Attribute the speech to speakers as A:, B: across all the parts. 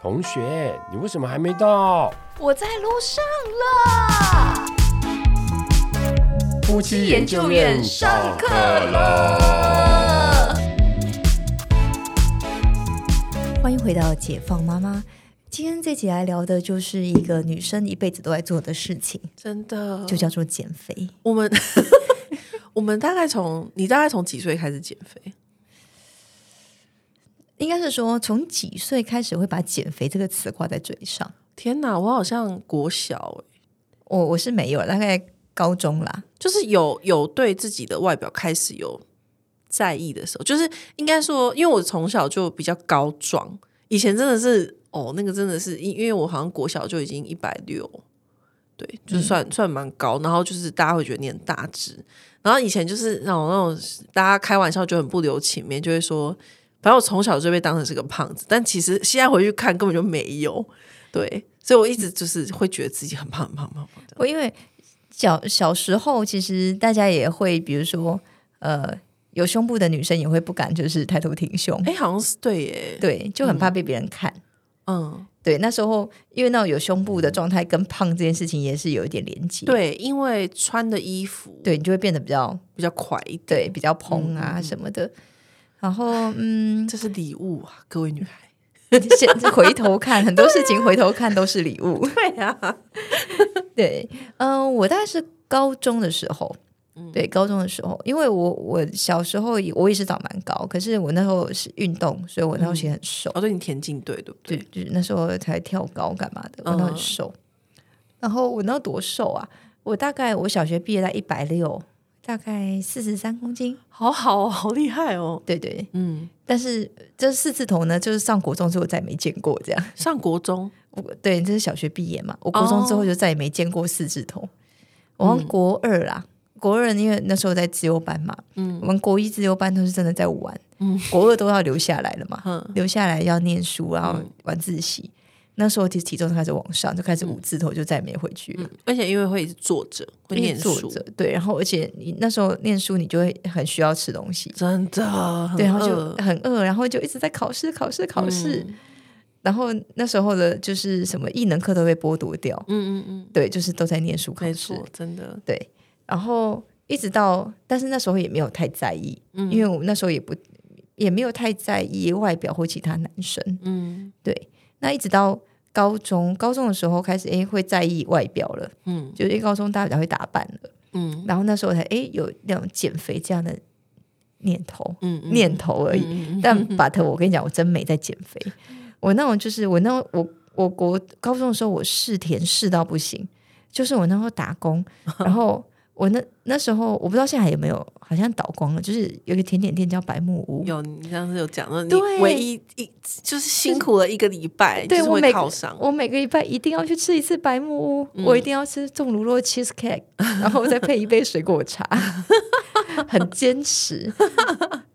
A: 同学，你为什么还没到？
B: 我在路上了。
A: 夫妻研究院上课了。
B: 欢迎回到解放妈妈。今天这集来聊的就是一个女生一辈子都在做的事情，
C: 真的，
B: 就叫做减肥。
C: 我们 我们大概从你大概从几岁开始减肥？
B: 应该是说，从几岁开始会把减肥这个词挂在嘴上？
C: 天哪，我好像国小、欸，
B: 我我是没有，大概高中啦。
C: 就是有有对自己的外表开始有在意的时候，就是应该说，因为我从小就比较高壮，以前真的是哦，那个真的是因因为我好像国小就已经一百六，对，就是算、算蛮高，然后就是大家会觉得你很大只，然后以前就是那种那种大家开玩笑就很不留情面，就会说，反正我从小就被当成是个胖子，但其实现在回去看根本就没有，对，所以我一直就是会觉得自己很胖很胖很胖很胖这样
B: 我因为小小时候，其实大家也会，比如说，呃，有胸部的女生也会不敢，就是抬头挺胸，
C: 哎、好像是对耶，
B: 对，就很怕被别人看。
C: 嗯。
B: 对，那时候因为那种有胸部的状态跟胖这件事情也是有一点连接，
C: 对，因为穿的衣服
B: 对，你就会变得比较
C: 比较快一点，
B: 对比较蓬
C: 嗯
B: 啊什么的。然后，嗯，
C: 这是礼物啊，各位女孩。
B: 现回头看很多事情，回头看都是礼物。
C: 对啊，
B: 对，嗯、我大概是高中的时候，
C: 嗯
B: 对，高中的时候，因为我我小时候也我也是长蛮高，可是我那时候是运动，所以我那时候其实很瘦，
C: 哦，对你田径队对不
B: 对，
C: 对？
B: 就是那时候才跳高干嘛的，我那时候很
C: 嗯
B: 瘦。然后我那时候多瘦啊，我大概我小学毕业在一百六，大概四十三公斤，
C: 好好哦，好厉害哦。
B: 对对。
C: 嗯，
B: 但是呃这四字头呢，就是上国中之后再也没见过这样。
C: 上国中
B: 我对，这是小学毕业嘛，我国中之后就再也没见过四字头。
C: 哦
B: 我好像国二啦，国二因为那时候在自由班嘛，
C: 嗯
B: 我们国一自由班都是真的在玩，
C: 嗯
B: 国二都要留下来了嘛，
C: 嗯
B: 留下来要念书，然后晚自习。那时候体体重就开始往上，就开
C: 嗯
B: 始五字头，就再也没回去了。
C: 而且因为会一直坐着，嗯会
B: 因为
C: 念
B: 坐
C: 书，
B: 着，对，然后而且你那时候念书，你就会很需要吃东西，
C: 真的
B: 对，然
C: 很
B: 后
C: 饿
B: 就很饿，然后就一直在考试、考试、考试。
C: 嗯
B: 然后那时候的就是什么艺能课都被剥夺掉，
C: 嗯嗯嗯，
B: 对，就是都在念书考
C: 没
B: 试，
C: 错，真的，
B: 对，然后一直到，但是那时候也没有太在意，
C: 嗯
B: 因为我那时候也不也没有太在意外表或其他男生，
C: 嗯
B: 对，那一直到高中，高中的时候开始，诶会在意外表了，
C: 嗯
B: 就是因为高中大家比较会打扮了，
C: 嗯
B: 然后那时候才诶有那种减肥这样的念头，
C: 嗯嗯
B: 念头而已，
C: 嗯嗯
B: 但 but 我跟你讲，我真没在减肥。我那种就是我那种我我国高中的时候，我试甜试到不行，就是我那时候打 工，然后我那那时候我不知道现在还有没有，好像倒光了，就是有一个甜点店叫白木屋。
C: 嗯有你上次有讲到，你
B: 对
C: 唯一一就是辛苦了一个礼拜，
B: 对
C: 就是
B: 我
C: 会
B: 每 Oh
C: 靠上，
B: 我每个礼拜一定要去吃一次白木屋，
C: 嗯
B: 我一定要吃重乳酪 cheese cake，然后再配一杯水果茶， 很坚 持。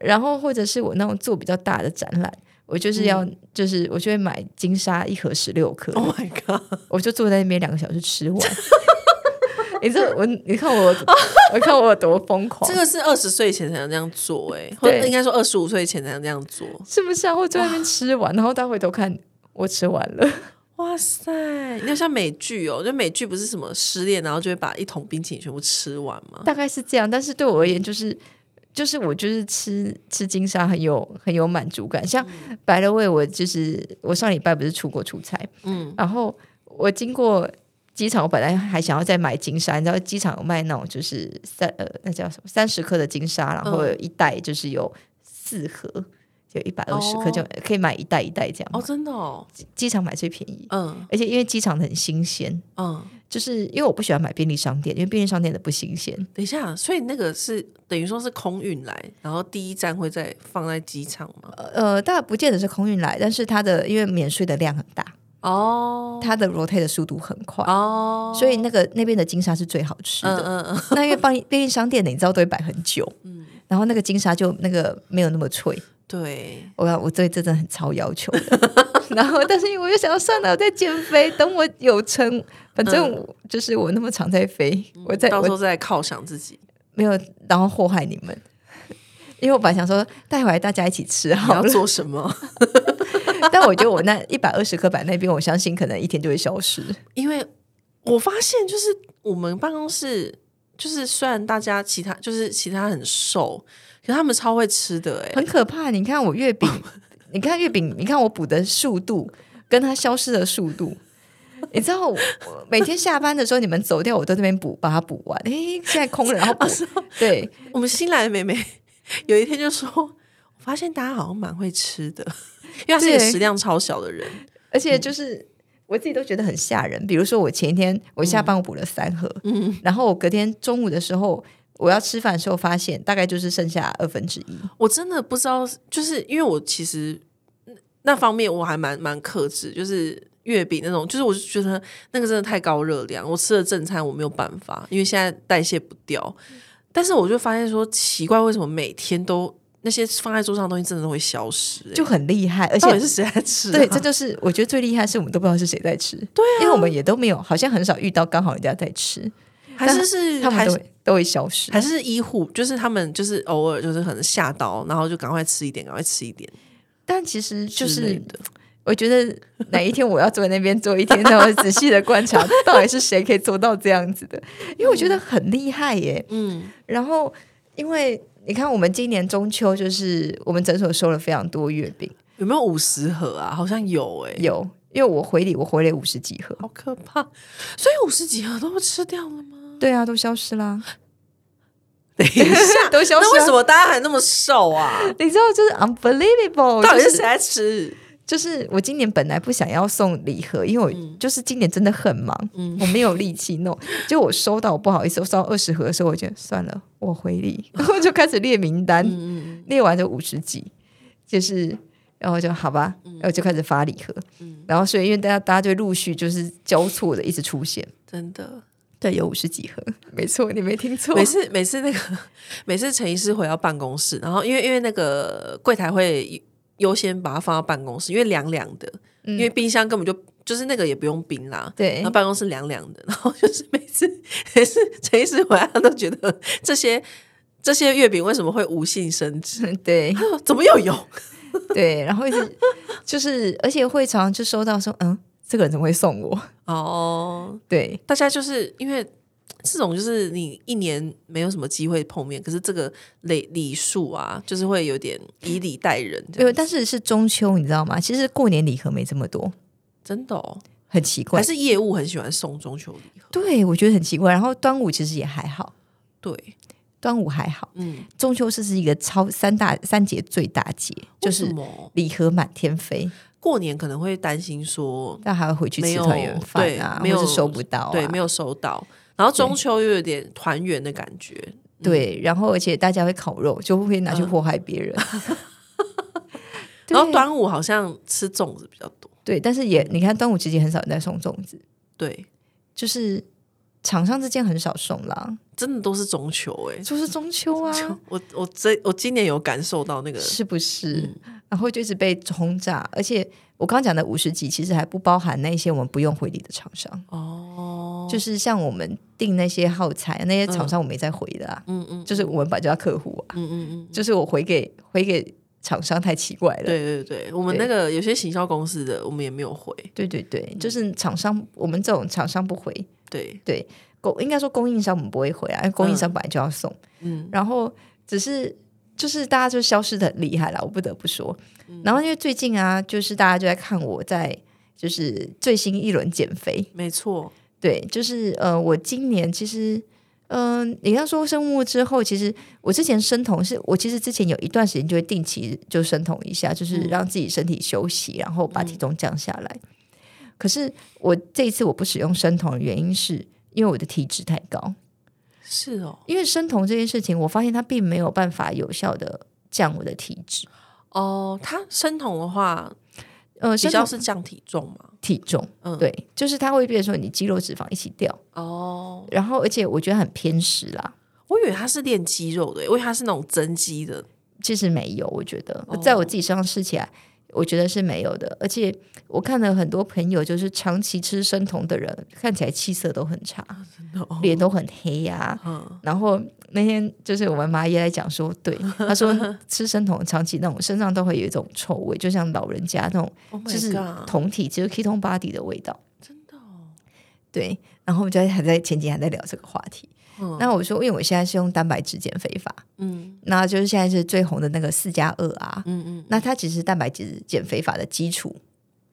B: 然后或者是我那种做比较大的展览，我就是要、
C: 嗯
B: 就是我就会买金沙一盒十六颗，
C: Oh my god！
B: 我就坐在那边两个小时吃 完。你知道我，你看我，我看我有多疯狂，
C: 这个是二十岁前才能这样做、欸，哎，或
B: 对
C: 者应该说二十五岁前才能这样做。
B: 是不是啊？我坐在那边吃完，然后他回头看我吃完了，
C: 哇塞，你要像美剧哦，就美剧不是什么失恋，然后就会把一桶冰淇淋全部吃完吗？
B: 大概是这样。但是对我而言，就是就是我就是吃吃金沙很有很有满足感。像白了味，我就是我上礼拜不是出国出差，
C: 嗯，
B: 然后我经过。机场，我本来还想要再买金沙，你知道机场有卖那种就是三呃，那叫什么三十克的金沙，然后
C: 嗯
B: 有一袋就是有四盒，就一百二十克，
C: 哦
B: 就可以买一袋一袋这样
C: 哦，
B: 买。
C: 真的哦，
B: 机场买最便宜，
C: 嗯
B: 而且因为机场的很新鲜，
C: 嗯，
B: 就是因为我不喜欢买便利商店，因为便利商店的不新鲜。
C: 等一下，所以那个是等于说是空运来，然后第一站会在放在机场吗？
B: 呃，当然不见得是空运来，但是它的因为免税的量很大，
C: 哦
B: 它的 rotate 的速度很快，
C: 哦，
B: 所以那个那边的金沙是最好吃
C: 嗯
B: 的。
C: 嗯嗯，
B: 那因为便利便利商店的，你知道都会摆很久，然后那个金沙就那个没有那么脆。
C: 对，
B: 我要我对这真的很超要求的 然后但是因为我就想要算了，我在减肥，等我有成，反正我、就是我那么常在飞，我在
C: 嗯到
B: 我
C: 时候再犒赏自己，
B: 没有，然后祸害你 们。因为我本来想说带回来大家一起吃
C: 你
B: 好
C: 要
B: 了，
C: 做什么？
B: 但我觉得我那一百二十颗板那边，我相信可能一天就会消失。
C: 因为我发现，就是我们办公室，就是虽然大家其他就是其他很瘦，可他们超会吃的哎、
B: 很可怕。你看我月 饼，你看月饼，你看我补的速度跟它消失的速度。你知道我我每天下班的时候，你们走掉，我都在那边补，把它补完。诶，现在空了，然 后补。对，
C: 我们新来的 妹妹有一天就说，我发现大家好像蛮会吃的，因为她是一个
B: 对
C: 食量超小的人。
B: 而且就是、我自己都觉得很吓人。比如说，我前一天我下班我补了三盒，嗯，然后我隔天中午的时候我要吃饭的时候，发现大概就是剩下二分之一。
C: 我真的不知道，就是因为我其实嗯那方面我还蛮蛮克制，就是月饼那种，就是我就觉得那个真的太高热量，我吃了正餐我没有办法，因为现在代谢不掉。但是我就发现说奇怪，为什么每天都那些放在桌上的东西真的都会消失、欸？
B: 就很厉害，而
C: 到底
B: 且
C: 是谁在吃、啊？啊
B: 对，这就是我觉得最厉害，是我们都不知道是谁在吃，对、因为我们也都没有，好像很少遇到刚好人家在吃，
C: 还是是
B: 他们
C: 还
B: 都
C: 是
B: 会都会消失。
C: 还是医护，就是他们就是偶尔就是可能下刀，然后就赶快吃一点，赶快吃一点，
B: 但其实就
C: 之类
B: 是
C: 的。
B: 我觉得哪一天我要坐在那边坐一天，然后仔细的观 察到底是谁可以做到这样子的，因为我觉得很厉害耶。
C: 嗯，
B: 然后因为你看，我们今年中秋就是我们诊所收了非常多月饼，
C: 有没有五十盒啊？好像有哎、
B: 有。因为我回礼，我回了五十几盒，
C: 好可怕！ 所以五十几盒都不吃掉了吗？
B: 对啊，都消失啦，
C: 等一 下，
B: 都消失、啊。
C: 那为什？么大家还那么瘦啊？
B: 你知道，就是 unbelievable，
C: 到底
B: 就是
C: 谁在吃？
B: 就是我今年本来不想要送礼盒，因为我就是今年真的很忙，我没有力气弄。 就我收到，我不好意思，我收到二十盒的时候，我觉得算了，我回礼， 然后就开始列名单，
C: 嗯
B: 列完就五十几，就是然后就好吧，然后就开始发礼盒，然后所以因为大家大家就陆续就是交错的一直出现，
C: 真的，
B: 对，有五十几盒，没错，你没听错，
C: 每次每次那个每次陈医师回到办公室，然后因为因为那个柜台会优先把它放到办公室，因为凉凉的，因为冰箱根本就。就是那个也不用冰啦，
B: 对
C: 然后办公室凉凉的，然后就是每次每次陈医师回来，他都觉得这些这些月饼为什么会无性生殖？
B: 对。
C: 他说怎么又有？
B: 对，然后一直就是，而且会常常就收到说，嗯，这个人怎么会送我？
C: 哦，
B: 对，
C: 大家就是因为这种，就是你一年没有什么机会碰面，可是这个礼礼数啊，就是会有点以礼待人这样子，
B: 因为但是是中秋，你知道吗？其实过年礼盒没这么多，
C: 真的哦，
B: 很奇怪
C: 还。是业务很喜欢送中秋礼盒，
B: 对，我觉得很奇怪。然后端午其实也还好，
C: 对，
B: 端午还好，
C: 嗯，
B: 中秋是是一个超三大三节最大节，就
C: 为
B: 是
C: 什么
B: 礼盒满天飞，
C: 过年可能会担心说
B: 但还要回去
C: 没
B: 吃
C: 有
B: 团圆饭啊，
C: 对没有
B: 或是收不到、啊，
C: 对没
B: 有
C: 有收到，然后中秋又有点团圆的感觉，
B: 对。然后而且大家会烤肉，就会拿去祸害别人。 对
C: 啊 然后端午好像吃粽子比较多，
B: 对，但是也你看端午其实也很少人在送粽子，
C: 对，
B: 就是厂商之间很少送啦，
C: 真的都是中秋哎、
B: 就是中秋啊，
C: 我我这我今年有感受到那个
B: 是不是？
C: 嗯
B: 然后就一直被轰炸，而且我刚讲的五十集其实还不包含那些我们不用回礼的厂商，
C: 哦，
B: 就是像我们订那些耗材，那些厂商我没在回的啊，
C: 嗯嗯
B: 就是我们把叫客户啊，
C: 嗯嗯嗯。
B: 就是我回给回给厂商太奇怪了。
C: 对对对，我们
B: 对
C: 那个有些行销公司的，我们也没有回。
B: 对对对，
C: 嗯
B: 就是厂商，我们这种厂商不回，
C: 对，
B: 对供应该说供应商我们不会回啊，因为供应商本来就要送，
C: 嗯，
B: 然后只是就是大家就消失的很厉害了，我不得不说。然后因为最近啊，就是大家就在看我在就是最新一轮减肥，
C: 没错，
B: 对，就是呃，我今年其实。嗯、你要说生物之后，其实我之前生酮是我其实之前有一段时间就会定期就生酮一下，就是
C: 嗯
B: 让自己身体休息，然后把体重降下来。可是我这一次我不使用生酮的原因是因为我的体脂太高，
C: 是哦，
B: 因为生酮这件事情，我发现它并没有办法有效的降我的体脂，
C: 哦，它生酮的话
B: 呃，
C: 比
B: 生
C: 较
B: 酮
C: 是降体重嘛，
B: 体重，
C: 嗯，，
B: 对，就是它会变成说你肌肉脂肪一起掉，
C: 哦，
B: 然后而且我觉得很偏食啦，
C: 我以为它是练欸肌肉的，我以为它是那种增肌的，
B: 其实没有，我觉得
C: 哦
B: 在我自己身上试起来，我觉得是没有的。而且我看了很多朋友，就是长期吃生酮的人，看起来气色都很差，
C: 哦
B: 脸都很黑呀、
C: 嗯
B: 然后那天就是我们妈也在讲说， 对，她说吃生酮长期那种身上都会有一种臭味，就像老人家那种
C: ，Oh
B: 就
C: my
B: 是
C: god，
B: 酮体，就是 ketone body 的味道。
C: 真的哦，
B: 对，然后我们就还在前几天还在聊这个话题。
C: 嗯
B: 那我说，因为我现在是用蛋白质减肥法，
C: 嗯
B: 那就是现在是最红的那个四加二啊，
C: 嗯嗯，
B: 那它只是蛋白质减肥法的基础，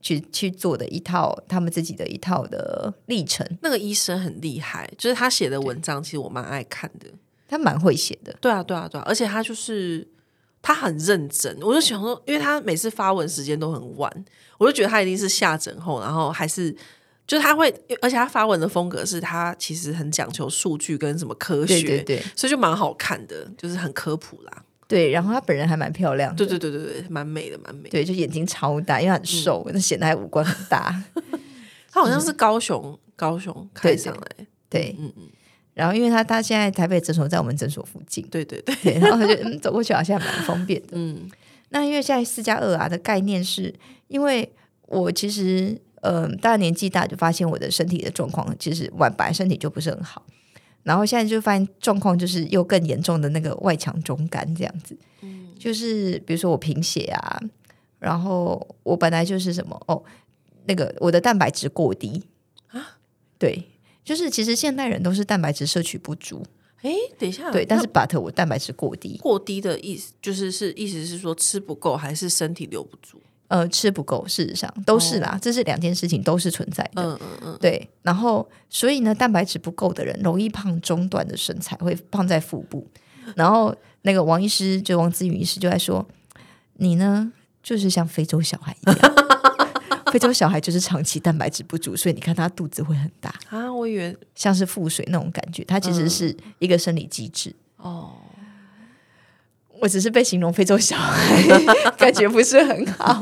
B: 去去做的一套他们自己的一套的历程，
C: 那个医生很厉害，就是他写的文章，其实我蛮爱看的。
B: 他蛮会写的。
C: 对啊，对啊，对啊，而且他就是他很认真，我就想说，因为他每次发文时间都很晚，我就觉得他一定是下诊后，然后还是就是他会，而且他发文的风格是他其实很讲求数据跟什么科学，
B: 对对对
C: 所以就蛮好看的，就是很科普啦。
B: 对，然后她本人还蛮漂亮的，
C: 对对对对对，蛮美的，蛮美的。
B: 对，就眼睛超大，因为她很瘦，那显得她五官很大。
C: 他好像是高雄，高雄开
B: 嗯对
C: 上来，
B: 对，
C: 嗯嗯，
B: 然后因为她她现在台北诊所在我们诊所附近，
C: 对对对，
B: 对，然后就、嗯、走过去好像还蛮方便的。
C: 嗯
B: 那因为现在四加二啊的概念是，因为我其实嗯、呃，大家年纪大就发现我的身体的状况，其实晚白身体就不是很好，然后现在就发现状况就是又更严重的那个外强中干这样子，
C: 嗯
B: 就是比如说我贫血啊，然后我本来就是什么哦，那个我的蛋白质过低啊，对。就是其实现代人都是蛋白质摄取不足，
C: 哎，等一下，
B: 对，但
C: 那
B: 是 but 我蛋白质过低，
C: 过低的意思就是是意思是说吃不够还是身体留不住？
B: 呃，吃不够，事实上都是啦，这是两件事情，都是存在的。
C: 嗯嗯嗯，
B: 对，然后所以呢，蛋白质不够的人容易胖中段的身材，会胖在腹部。然后那个王医师，就王子宇医师就在说，你呢就是像非洲小孩一样， 非洲小孩就是长期蛋白质不足，所以你看他肚子会很大，
C: 啊，我以为
B: 像是腹水那种感觉，它其实是一个生理机制。
C: 嗯哦，
B: 我只是被形容非洲小孩， 感觉不是很好。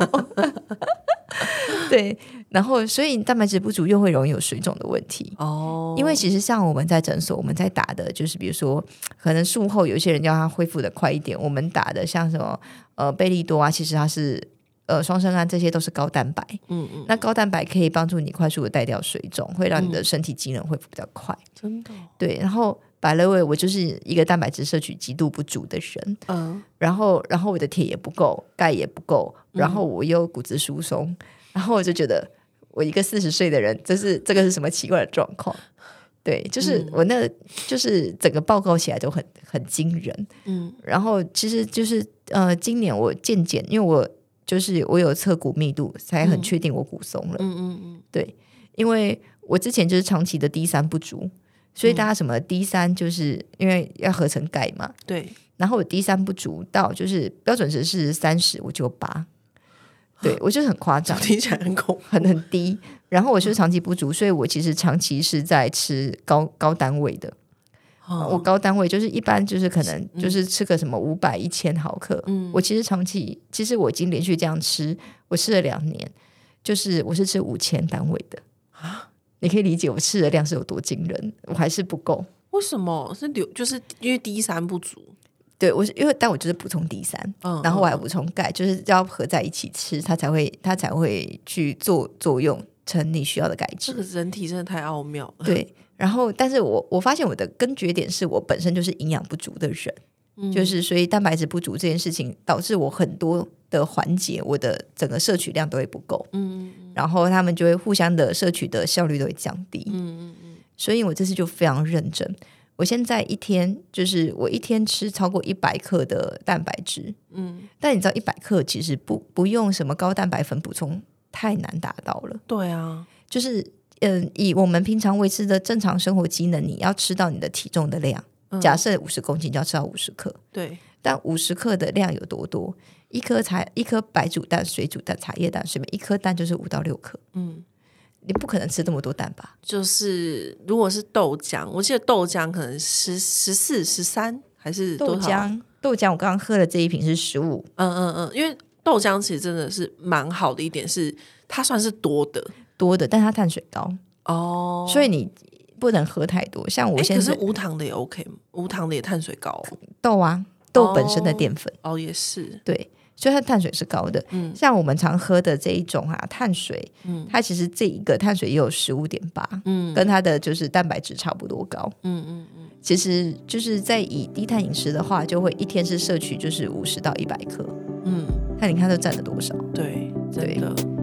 B: 对，然后所以蛋白质不足又会容易有水肿的问题。
C: 哦，
B: 因为其实像我们在诊所，我们在打的就是，比如说，可能术后有一些人要他恢复的快一点，我们打的像什么呃贝利多啊，其实它是呃双生胺，这些都是高蛋白。
C: 嗯嗯，
B: 那高蛋白可以帮助你快速的带掉水肿，会让你的身体机能恢复比较快。
C: 真的哦，
B: 对，然后百乐味，我就是一个蛋白质摄取极度不足的人，
C: 嗯，
B: 然后然后我的铁也不够，钙也不够，然后我又骨质疏松，然后我就觉得我一个四十岁的人，这是这个是什么奇怪的状况？对，就是我那，就是整个报告起来都很很惊人。
C: 嗯，
B: 然后其实就是呃，今年我渐渐，因为我就是我有测骨密度，才很确定我骨松了。
C: 嗯嗯嗯，
B: 对，因为我之前就是长期的 D 三不足，所以大家什么 D 三就是因为要合成钙嘛，
C: 对，
B: 然后我 D 三不足到就是标准值是三十，我就八，对我就是很夸张，
C: 听起来很恐怖，
B: 很很低。然后我就是长期不足，所以我其实长期是在吃高高单位的。
C: 哦
B: 我高单位就是一般就是可能就是吃个什么五百一千毫克。
C: 嗯
B: 我其实长期其实我已经连续这样吃，我吃了两年，就是我是吃五千单位的你可以理解我吃的量是有多惊人，我还是不够。
C: 为什么是流？就是因为 D 三不足，
B: 对我是因为但我就是补充 D 三，
C: 嗯，
B: 然后我还
C: 嗯
B: 补充钙，就是要合在一起吃，它才会它才会去做作用，成你需要的钙
C: 这
B: 质。
C: 个人体真的太奥妙了，
B: 对，然后但是我我发现我的根绝点是我本身就是营养不足的人，
C: 嗯
B: 就是所以蛋白质不足这件事情导致我很多的环节，我的整个摄取量都会不够，
C: 嗯嗯
B: 然后他们就会互相的摄取的效率都会降低。
C: 嗯嗯
B: 所以我这次就非常认真。我现在一天就是我一天吃超过一百克的蛋白质，
C: 嗯，
B: 但你知道一百克其实不不用什么高蛋白粉补充太难达到了，
C: 对啊，
B: 就是。嗯，以我们平常维持的正常生活机能，你要吃到你的体重的量，
C: 嗯
B: 假设五十公斤就要吃到五十克，
C: 对，
B: 但五十克的量有多多？一颗茶，一颗白煮蛋、水煮蛋、茶叶蛋，随便一颗蛋就是五到六克，
C: 嗯，
B: 你不可能吃这么多蛋吧？
C: 就是如果是豆浆，我记得豆浆可能十十四十三还是
B: 豆
C: 多少啊，
B: 浆，豆浆，我刚刚喝的这一瓶是十五，
C: 嗯嗯嗯，因为豆浆其实真的是蛮好的一点是，它算是多的
B: 多的，但它碳水高，
C: 哦，
B: 所以你不能喝太多。像我
C: 哎，
B: 现
C: 可
B: 在
C: 是无糖的也 OK，无糖的也碳水高哦
B: 豆啊，豆本身的淀粉，
C: 哦，也是，
B: 对，所以它的碳水是高的。嗯，像我们常喝的这一种啊，碳水，
C: 嗯
B: 它其实这一个碳水也有十五点八，嗯，跟它的就是蛋白质差不多高。
C: 嗯嗯嗯，
B: 其实就是在以低碳饮食的话，就会一天是摄取就是五十到一百克。
C: 嗯，
B: 那你看它占了多少？
C: 对，真的。